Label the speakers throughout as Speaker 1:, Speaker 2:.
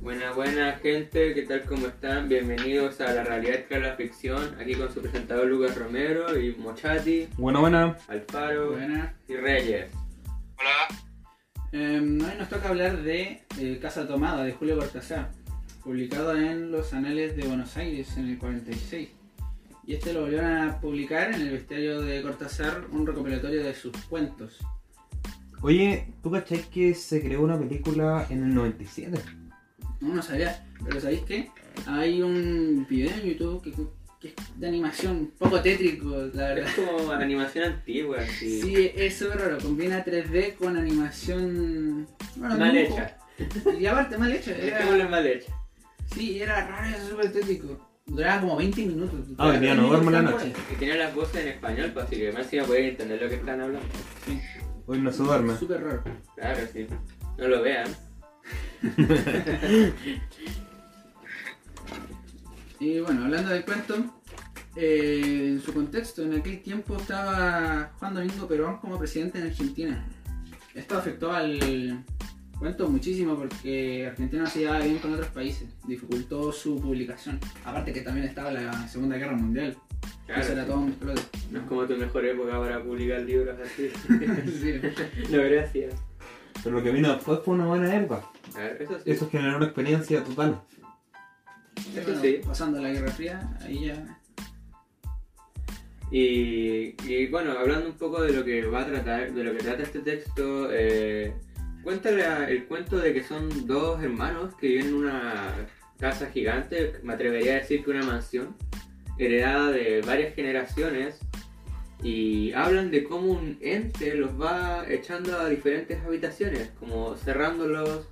Speaker 1: Buena, buena gente, ¿qué tal? ¿Cómo están? Bienvenidos a La Realidad que es la Ficción, aquí con su presentador Lucas Romero y Mochati,
Speaker 2: Bueno, bueno.
Speaker 1: Alfaro
Speaker 3: Buena.
Speaker 1: y Reyes.
Speaker 3: Eh, hoy nos toca hablar de eh, Casa Tomada de Julio Cortázar, publicado en los Anales de Buenos Aires en el 46. Y este lo volvieron a publicar en el Bestiario de Cortázar, un recopilatorio de sus cuentos.
Speaker 2: Oye, ¿tú cachai que se creó una película en el 97?
Speaker 3: No, no sabía, pero ¿sabéis qué? Hay un video en YouTube que, que es de animación un poco tétrico, la verdad.
Speaker 1: Es como animación antigua, así.
Speaker 3: Sí, es súper raro, combina 3D con animación... Bueno,
Speaker 1: mal
Speaker 3: dibujo.
Speaker 1: hecha.
Speaker 3: Y aparte, mal hecha.
Speaker 1: Este Es
Speaker 3: era-
Speaker 1: como la mal hecha.
Speaker 3: Sí, era raro, era súper tétrico. Duraba como 20 minutos.
Speaker 2: Ah, hoy día no duermo la noche.
Speaker 1: Y tenía las voces en español, pues, así que más si no podían entender lo que están hablando.
Speaker 2: Hoy no se duerme.
Speaker 3: Súper raro.
Speaker 1: Claro, sí. No lo vean.
Speaker 3: Y bueno, hablando del cuento, eh, en su contexto, en aquel tiempo estaba Juan Domingo Perón como presidente en Argentina. Esto afectó al cuento muchísimo porque Argentina no se llevaba bien con otros países, dificultó su publicación. Aparte que también estaba la Segunda Guerra Mundial,
Speaker 1: Claro,
Speaker 3: eso era
Speaker 1: sí.
Speaker 3: todo un explote.
Speaker 1: No es como tu mejor época para publicar libros así.
Speaker 3: Sí.
Speaker 1: no, gracias.
Speaker 2: Pero lo que vino después fue una buena época.
Speaker 1: Claro, eso sí.
Speaker 2: Eso generó una experiencia total.
Speaker 3: Y
Speaker 1: Eso
Speaker 3: bueno,
Speaker 1: sí.
Speaker 3: Pasando la Guerra Fría, ahí ya...
Speaker 1: Y, y, bueno, hablando un poco de lo que va a tratar, de lo que trata este texto, eh, cuenta la- el cuento de que son dos hermanos que viven en una casa gigante, me atrevería a decir que una mansión, heredada de varias generaciones, y hablan de cómo un ente los va echando a diferentes habitaciones, como cerrándolos,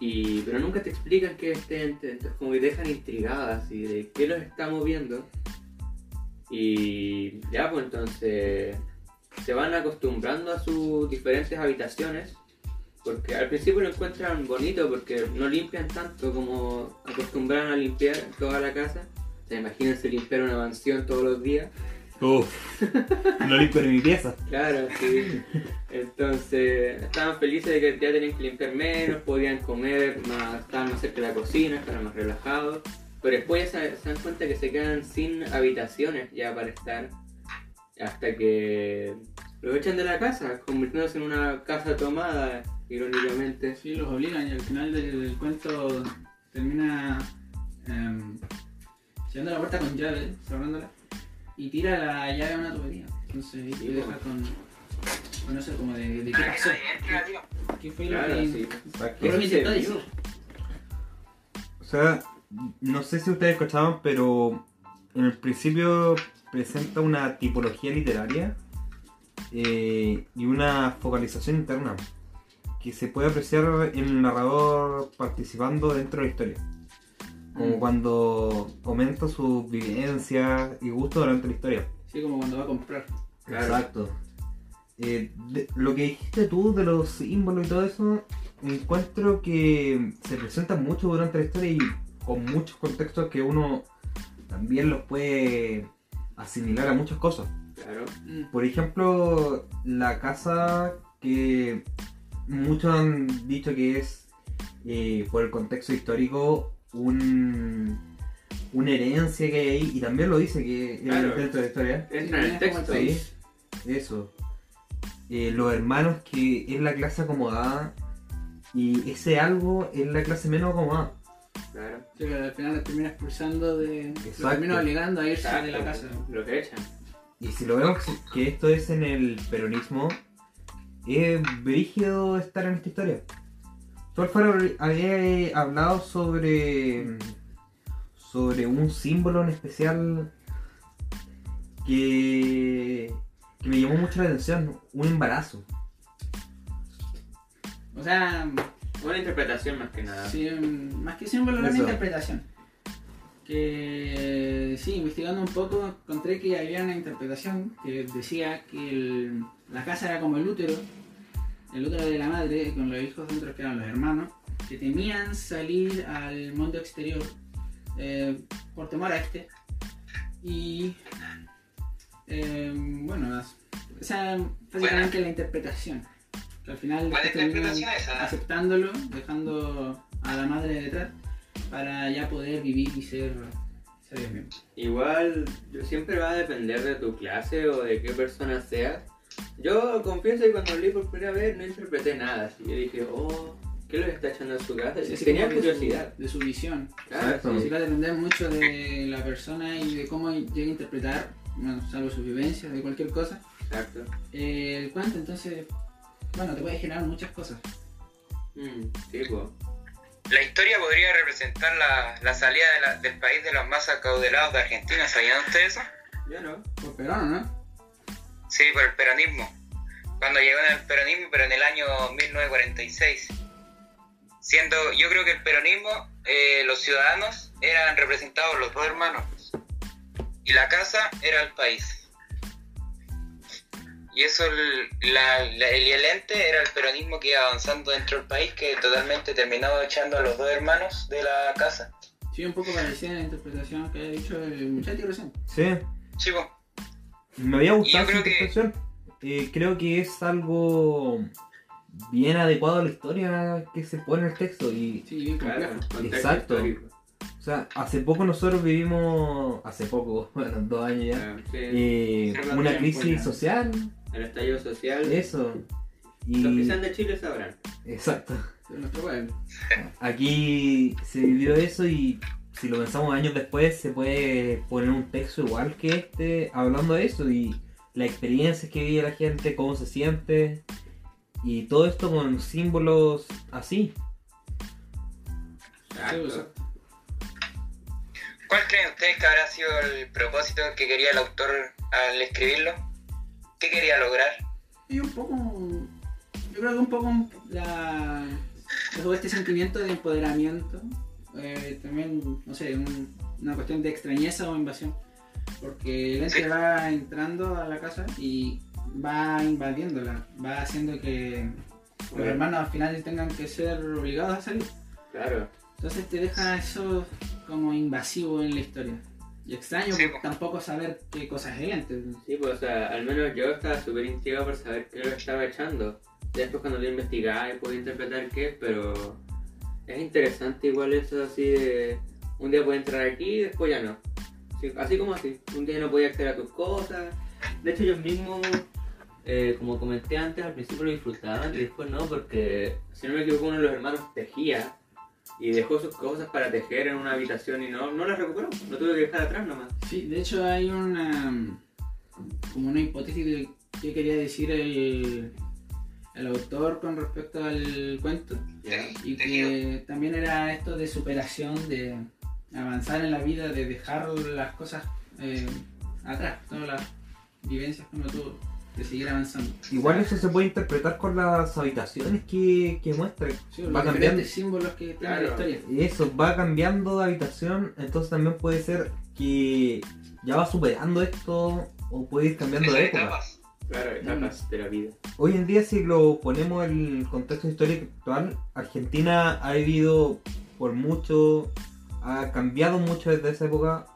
Speaker 1: y, pero nunca te explican qué es este ente, entonces como que te dejan intrigadas y de qué los está moviendo. Y ya, pues entonces se van acostumbrando a sus diferentes habitaciones. Porque al principio lo encuentran bonito porque no limpian tanto como acostumbran a limpiar toda la casa. O sea, imagínense limpiar una mansión todos los días.
Speaker 2: Uff. No limpio ni mi pieza.
Speaker 1: Claro, sí. Entonces estaban felices de que ya tenían que limpiar menos, podían comer más, estaban más cerca de la cocina, estaban más relajados. Pero después ya se, se dan cuenta que se quedan sin habitaciones ya para estar hasta que los echan de la casa, convirtiéndose en una casa tomada, irónicamente.
Speaker 3: Sí, los obligan y al final del cuento termina em, llevando la puerta con llave, cerrándola, y tira la llave a una tubería. Entonces ahí te
Speaker 1: Sí, Ah,
Speaker 3: deja
Speaker 1: bueno.
Speaker 3: con, con eso como de, de qué pasó, qué, qué fue lo
Speaker 1: Claro,
Speaker 3: que...
Speaker 1: sí.
Speaker 3: ¿Qué
Speaker 1: Eso
Speaker 3: lo
Speaker 1: sí
Speaker 3: intentó
Speaker 1: se
Speaker 3: decir?
Speaker 1: vio.
Speaker 2: O sea, no sé si ustedes escuchaban, pero en el principio presenta una tipología literaria eh, y una focalización interna que se puede apreciar en el narrador participando dentro de la historia. Como
Speaker 3: Mm.
Speaker 2: cuando comenta sus vivencias y gustos durante la historia.
Speaker 3: Sí, como cuando va a comprar.
Speaker 1: Claro.
Speaker 2: Exacto. Eh, de- lo que dijiste tú de los símbolos y todo eso, encuentro que se presentan mucho durante la historia y con muchos contextos que uno también los puede asimilar a muchas cosas.
Speaker 1: Claro,
Speaker 3: Mm.
Speaker 2: Por ejemplo, la casa que muchos han dicho que es, eh, por el contexto histórico, un, una herencia que hay ahí, y también lo dice que
Speaker 1: Claro.
Speaker 2: dentro de la historia.
Speaker 1: entra en el
Speaker 3: Sí, como
Speaker 1: texto.
Speaker 3: el
Speaker 2: Sí, eso. Eh, los hermanos que es la clase acomodada y ese algo es la clase menos acomodada.
Speaker 1: Claro,
Speaker 3: Sí, pero al final la termina expulsando de...
Speaker 2: Exacto.
Speaker 3: Lo termina obligando a irse de la casa.
Speaker 1: Exacto, Los echan.
Speaker 2: Y si lo vemos que esto es en el peronismo, es brígido estar en esta historia. Tú, Alfaro, había eh, hablado sobre, sobre un símbolo en especial que, que me llamó mucho la atención, un embarazo.
Speaker 3: O sea,
Speaker 1: Una interpretación más que nada.
Speaker 3: Sí, mm, más que símbolo, era una
Speaker 2: Eso.
Speaker 3: interpretación. Que sí, investigando un poco, encontré que había una interpretación que decía que el- la casa era como el útero, el útero de la madre, con los hijos dentro que eran los hermanos, que temían salir al mundo exterior eh, por temor a este. Y eh, bueno, es- esa es básicamente la interpretación. Que al final
Speaker 4: ¿Cuál
Speaker 3: después terminan
Speaker 4: interpretación es esa?
Speaker 3: aceptándolo, dejando a a la madre detrás para ya poder vivir y ser seres vivos.
Speaker 1: Igual yo- siempre va a depender de tu clase o de qué persona seas. Yo confieso que cuando leí por primera vez no interpreté nada. Así yo dije, oh, ¿qué los está echando en su casa?
Speaker 3: Así
Speaker 1: Tenía
Speaker 3: como de su-
Speaker 1: curiosidad.
Speaker 3: de su visión.
Speaker 1: Claro,
Speaker 2: Exacto.
Speaker 1: sí.
Speaker 3: Sí, va a depender mucho de la persona y de cómo llega a interpretar, bueno, salvo sus vivencias, de cualquier cosa,
Speaker 1: Exacto.
Speaker 3: eh, el cuento. Entonces, bueno, te puede generar muchas cosas.
Speaker 1: Mm, sí, pues.
Speaker 4: La historia podría representar la, la salida de la- del país de los más acaudelados de Argentina, ¿sabían ustedes eso?
Speaker 1: Yo no.
Speaker 3: Por Perón, ¿no?
Speaker 4: Sí, por el peronismo. Cuando llegó el peronismo, pero en el año 1946. Siendo, yo creo que el peronismo, eh, los ciudadanos eran representados los dos hermanos. Y la casa era el país. Y eso, el, la- la- el, el ente era el peronismo que iba avanzando dentro del país, que totalmente terminaba echando a los dos hermanos de la casa.
Speaker 3: Sí, un poco parecida a la interpretación que había dicho el muchacho recién.
Speaker 2: Sí,
Speaker 4: Chico,
Speaker 2: me había gustado esa
Speaker 4: Yo creo que-
Speaker 2: interpretación. Eh, creo que es algo bien adecuado a la historia que se pone en el texto. Y,
Speaker 3: Sí, bien
Speaker 1: Claro,
Speaker 3: complejo.
Speaker 1: contexto
Speaker 2: Exacto.
Speaker 1: histórico.
Speaker 2: o sea, hace poco nosotros vivimos, hace poco, bueno, dos años ya,
Speaker 1: Ah, sí.
Speaker 2: eh,
Speaker 1: Hace
Speaker 2: una
Speaker 1: tiempo
Speaker 2: crisis
Speaker 1: ya.
Speaker 2: social,
Speaker 1: El estallido social.
Speaker 2: eso.
Speaker 1: Los que
Speaker 2: Y,
Speaker 1: sean de Chile sabrán.
Speaker 2: exacto.
Speaker 3: de nuestro pueblo.
Speaker 2: Aquí se vivió eso y si lo pensamos años después se puede poner un texto igual que este hablando de eso y las experiencias que vive la gente, cómo se siente y todo esto con símbolos así.
Speaker 1: Exacto.
Speaker 3: Sí, exacto.
Speaker 4: ¿Cuál creen ustedes que habrá sido el propósito que quería el autor al escribirlo? ¿Qué quería lograr?
Speaker 3: Y un poco, yo creo que un poco la, todo este sentimiento de empoderamiento, eh, también, no sé, un- una cuestión de extrañeza o invasión, porque el ente va entrando a la casa y va invadiéndola, va haciendo que los
Speaker 1: Bueno,
Speaker 3: hermanos al final tengan que ser obligados a salir.
Speaker 1: Claro.
Speaker 3: Entonces te deja eso como invasivo en la historia. Y extraño
Speaker 4: Sí,
Speaker 3: porque
Speaker 4: po.
Speaker 3: tampoco saber qué cosas es el ente.
Speaker 1: Sí, pues, o sea, al menos yo estaba súper intrigado por saber qué lo estaba echando. Después cuando lo investigaba y pude interpretar qué es, pero es interesante igual eso así de... Un día puede entrar aquí y después ya no. Sí, así como así. Un día no podía acceder a tus cosas.
Speaker 5: De hecho, yo mismo, eh, como comenté antes, al principio lo disfrutaban y después no, porque
Speaker 1: Si no me equivoco, uno de los hermanos tejía y dejó sus cosas para tejer en una habitación y no, no las recuperó. Lo tuve que dejar atrás nomás.
Speaker 3: Sí, de hecho hay una mm, como una hipótesis de qué quería decir el, el autor con respecto al cuento
Speaker 1: Ya.
Speaker 3: y que también era esto de superación, de avanzar en la vida, de dejar las cosas eh, atrás, todas las vivencias que uno tuvo, de seguir avanzando.
Speaker 2: Igual eso se puede interpretar con las habitaciones que, que muestra.
Speaker 3: Sí,
Speaker 2: Va
Speaker 3: los
Speaker 2: cambiando.
Speaker 3: diferentes símbolos que tiene
Speaker 1: Claro.
Speaker 3: la historia.
Speaker 2: Eso va cambiando de habitación, entonces también puede ser que ya va superando esto o puede ir cambiando de
Speaker 4: Esas
Speaker 2: época.
Speaker 4: etapas.
Speaker 1: Claro, etapas de la vida.
Speaker 2: Hoy en día, si lo ponemos en el contexto histórico actual, Argentina ha vivido por mucho, ha cambiado mucho desde esa época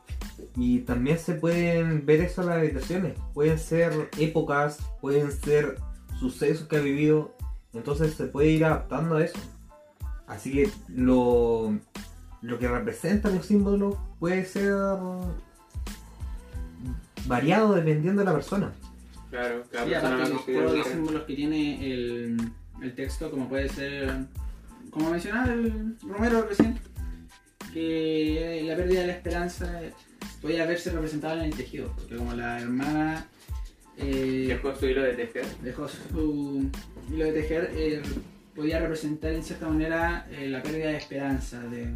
Speaker 2: y también se pueden ver eso en las habitaciones. Pueden ser épocas, pueden ser sucesos que ha vivido, entonces se puede ir adaptando a eso. Así que lo, lo que representan los símbolos puede ser variado dependiendo de la persona.
Speaker 1: Claro, cada
Speaker 3: Sí,
Speaker 1: persona
Speaker 3: aparte
Speaker 1: lo
Speaker 3: los
Speaker 1: considera
Speaker 3: juegos de
Speaker 1: diferente.
Speaker 3: símbolos que tiene el, el texto, como puede ser, como mencionaba el Romero recién, que la pérdida de la esperanza podía verse representada en el tejido, porque como la hermana eh,
Speaker 1: Dejó su hilo de tejer.
Speaker 3: dejó su hilo de tejer, eh, podía representar en cierta manera eh, la pérdida de esperanza de,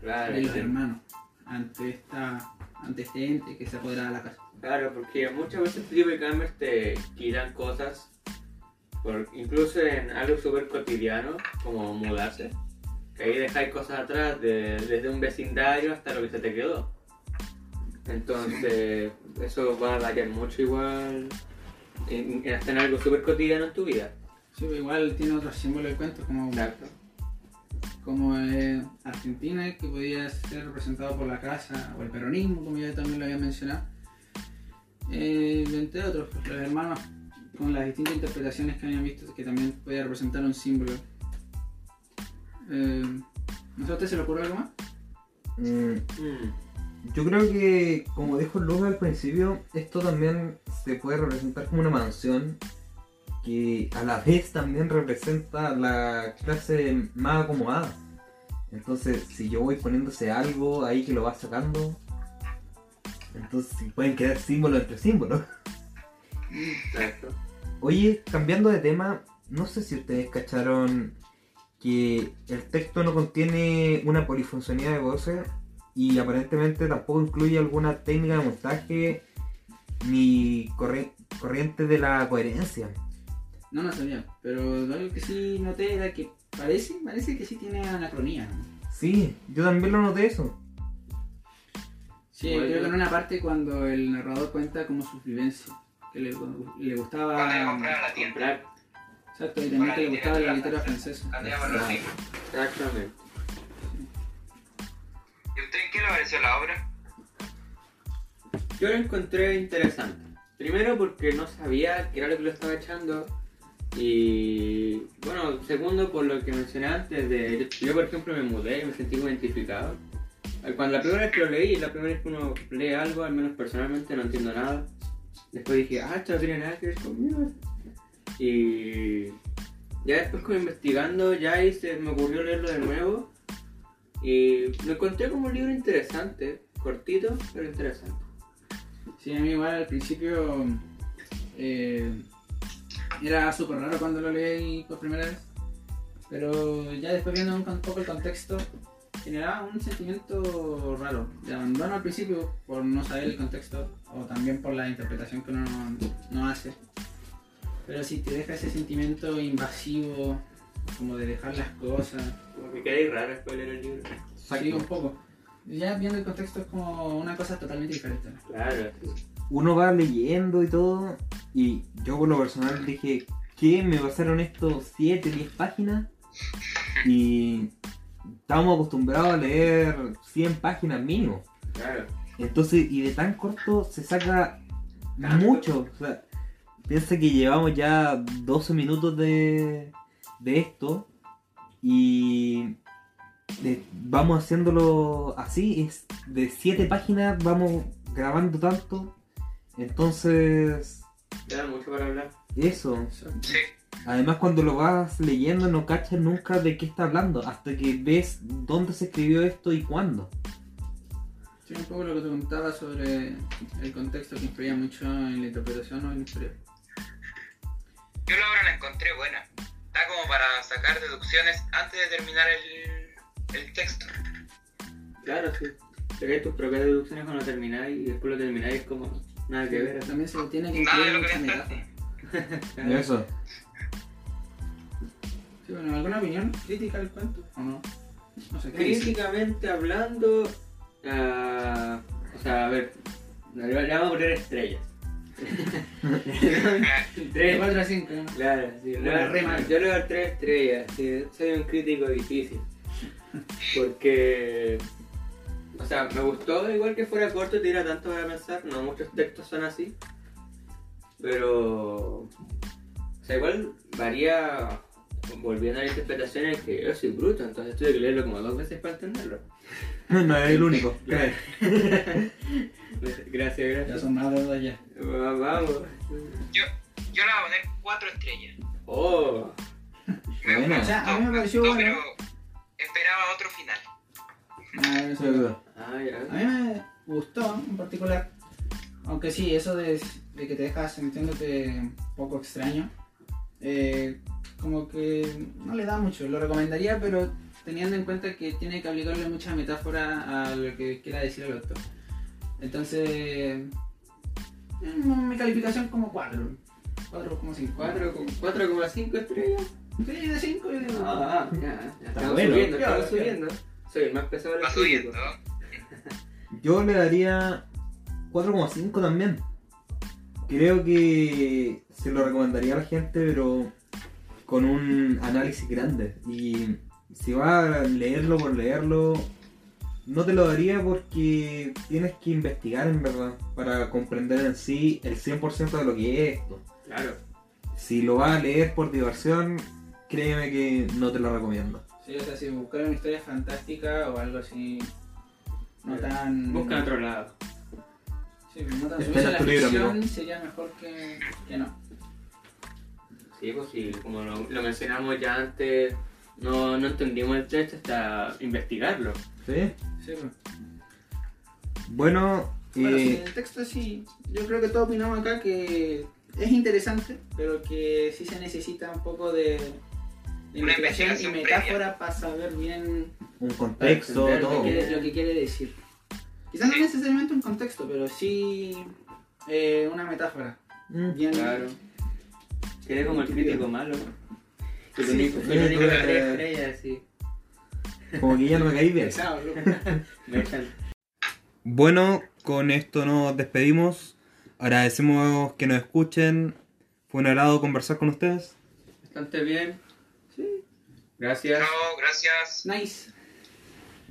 Speaker 1: Claro,
Speaker 3: de los
Speaker 1: Ah, sí.
Speaker 3: hermanos ante esta ante este ente que se apodera de la casa.
Speaker 1: Claro, porque muchas veces este tipo de cambios te quitan cosas, por, incluso en algo súper cotidiano, como mudarse, que ahí dejáis cosas atrás, de- desde un vecindario hasta lo que se te quedó. Entonces, eso va a variar mucho igual, en, en- hasta en algo súper cotidiano en tu vida.
Speaker 3: Sí, pero igual tiene otros símbolos de cuentos como como eh, Argentina, que podía ser representado por la casa, o el peronismo, como ya también lo había mencionado, Eh, entre otros, pues, los hermanos, con las distintas interpretaciones que habían visto, que también podía representar un símbolo. Eh, ¿No sé, a usted se le ocurre algo más?
Speaker 2: Mm,
Speaker 1: Mm.
Speaker 2: Yo creo que, como dijo Lucas al principio, esto también se puede representar como una mansión que a la vez también representa la clase más acomodada. Entonces, si yo voy poniéndose algo ahí que lo va sacando, entonces sí, pueden quedar símbolos entre símbolos.
Speaker 1: Exacto.
Speaker 2: Oye, cambiando de tema, no sé si ustedes cacharon que el texto no contiene una polifuncionalidad de voces y aparentemente tampoco incluye alguna técnica de montaje ni corre- corriente de la coherencia.
Speaker 3: No, no sabía, pero algo que sí noté era que parece, parece que sí tiene anacronía. ¿no?
Speaker 2: Sí, yo también lo noté eso.
Speaker 3: Sí,
Speaker 1: Igual
Speaker 3: creo
Speaker 1: yo-
Speaker 3: que en una parte cuando el narrador cuenta como sus vivencias, que le, le gustaba...
Speaker 4: Cuando le compraron la tienda.
Speaker 1: Comprar.
Speaker 3: Exacto, y también que le gustaba Ah, la literatura francesa. Ah.
Speaker 4: Cuando íbamos a los libros.
Speaker 1: Exactamente.
Speaker 4: ¿Y a usted qué le pareció la obra?
Speaker 1: Yo lo encontré interesante. Primero porque no sabía qué era lo que lo estaba echando. Y bueno, segundo por lo que mencioné antes, de, yo por ejemplo me mudé y me sentí muy identificado. Eh, Cuando la primera vez que lo leí, la primera vez que uno lee algo, al menos personalmente no entiendo nada. Después dije, ah, esto no tiene nada que ver conmigo. Y ya después como investigando, ya ahí se me ocurrió leerlo de nuevo. Y lo encontré como un libro interesante, cortito, pero interesante.
Speaker 3: Sí, a mí igual al principio eh, era súper raro cuando lo leí por primera vez, pero ya después viendo un, un poco el contexto, generaba un sentimiento raro de abandono al principio por no saber el contexto o también por la interpretación que uno no, no hace. Pero si te deja ese sentimiento invasivo, como de dejar las cosas,
Speaker 1: Como que quedé raro después de leer el libro.
Speaker 3: sí, un poco. Ya viendo el contexto es como una cosa totalmente diferente.
Speaker 1: Claro.
Speaker 2: Uno va leyendo y todo, y yo por lo personal dije, ¿qué? Me pasaron estos 7, 10 páginas y estábamos acostumbrados a leer 100 páginas mínimo.
Speaker 1: Claro.
Speaker 2: Entonces, y de tan corto se saca
Speaker 1: Tanto.
Speaker 2: mucho. O sea, piensa que llevamos ya 12 minutos de, de esto y de- vamos haciéndolo así. Es de 7 páginas vamos grabando tanto. Entonces,
Speaker 1: Te da mucho para hablar.
Speaker 2: eso.
Speaker 4: Sí.
Speaker 2: Además, cuando lo vas leyendo, no cachas nunca de qué está hablando hasta que ves dónde se escribió esto y cuándo.
Speaker 3: Sí, un poco lo que te contaba sobre el contexto que influía mucho en la interpretación o en la historia.
Speaker 4: Yo la obra la encontré buena. Está como para sacar deducciones antes de terminar el, el texto.
Speaker 1: Claro, sí. Te caes tus propias deducciones cuando termináis y después lo termináis es como nada que ver.
Speaker 3: Pero también se tiene que
Speaker 4: Nada de
Speaker 3: incluir
Speaker 4: lo que
Speaker 3: mucha
Speaker 4: pensaste.
Speaker 3: metáfora.
Speaker 2: Eso.
Speaker 3: Sí, bueno, ¿alguna opinión crítica del cuento o no? No sé, ¿qué dice?
Speaker 1: Críticamente hablando, ah, o sea, a ver, le le vamos a poner estrellas.
Speaker 3: De
Speaker 1: Tres.
Speaker 3: 4 a 5, ¿no?
Speaker 1: Claro, sí. le
Speaker 3: Una
Speaker 1: voy a-
Speaker 3: rema.
Speaker 1: Yo le voy a dar tres estrellas. sí, Soy un crítico difícil. Porque. O sea, me gustó igual que fuera corto, te diera tanto para pensar. No muchos textos son así. Pero. O sea, igual varía. Volviendo a la interpretación, es que yo soy bruto, entonces tuve que leerlo como dos veces para entenderlo.
Speaker 2: No es el único.
Speaker 1: Claro. Gracias,
Speaker 3: Ya
Speaker 1: gracias.
Speaker 3: son más de dos ya.
Speaker 1: Va- Vamos.
Speaker 4: Yo, yo la voy a poner cuatro estrellas.
Speaker 1: Oh.
Speaker 4: Me
Speaker 2: Buena.
Speaker 3: O sea, a mí me
Speaker 4: gustó,
Speaker 3: pareció
Speaker 4: gustó,
Speaker 3: bueno.
Speaker 4: pero esperaba otro final.
Speaker 3: Ah, eso es verdad.
Speaker 1: Ah,
Speaker 3: A
Speaker 1: ya.
Speaker 3: mí me gustó en particular, aunque sí, eso de, de que te dejas sintiéndote un poco extraño, eh, como que no le da mucho, lo recomendaría, pero teniendo en cuenta que tiene que aplicarle mucha metáfora a lo que quiera decir el autor. Entonces, mm, mi calificación como 4, 4,5. 4,
Speaker 1: 4,5 estrellas.
Speaker 3: sí, de 5 yo digo.
Speaker 1: Ah, ya, ya. Estamos
Speaker 2: bueno.
Speaker 1: subiendo, estamos
Speaker 3: Claro, claro.
Speaker 1: subiendo. Soy el más pesado de
Speaker 4: Va
Speaker 1: los
Speaker 4: subiendo.
Speaker 1: críticos.
Speaker 2: Yo le daría 4,5 también. Creo que se lo recomendaría a la gente, pero con un análisis grande. Y si vas a leerlo por leerlo, no te lo daría porque tienes que investigar en verdad para comprender en sí el 100% de lo que es esto.
Speaker 1: Claro.
Speaker 2: Si lo vas a leer por diversión, créeme que no te lo recomiendo.
Speaker 3: Sí, o sea, si buscaron una historia fantástica o algo así, no tan...
Speaker 1: Busca en otro lado.
Speaker 3: Sí, no
Speaker 2: Espera
Speaker 3: tan sumisa a la
Speaker 2: tu libro,
Speaker 3: ficción,
Speaker 2: amigo.
Speaker 3: sería mejor que, que no.
Speaker 1: Sí, pues sí, como lo, lo mencionamos ya antes, no, no entendimos el texto hasta investigarlo.
Speaker 2: ¿Sí?
Speaker 3: Sí, pues.
Speaker 2: Bueno,
Speaker 3: Bueno, sí,
Speaker 2: eh,
Speaker 3: el texto sí, yo creo que todos opinamos acá que es interesante, pero que sí se necesita un poco de, de
Speaker 4: Una
Speaker 3: investigación y
Speaker 4: investigación
Speaker 3: metáfora para saber bien
Speaker 2: un contexto,
Speaker 1: Para entender
Speaker 2: todo.
Speaker 3: lo, que quiere, lo que quiere decir. Quizás no necesariamente un contexto, pero sí eh, una metáfora.
Speaker 2: Mm.
Speaker 3: Bien,
Speaker 1: Claro. Quedé como el crítico malo. El
Speaker 3: Sí,
Speaker 1: único,
Speaker 2: sí,
Speaker 1: el único que
Speaker 2: claro.
Speaker 1: trae estrellas, sí.
Speaker 2: Como que ya no me caí bien.
Speaker 3: pesado, loco.
Speaker 1: Me echan.
Speaker 2: Bueno, con esto nos despedimos. Agradecemos que nos escuchen. Fue un agrado conversar con ustedes.
Speaker 1: Bastante bien. Gracias.
Speaker 4: No, gracias.
Speaker 3: Nice.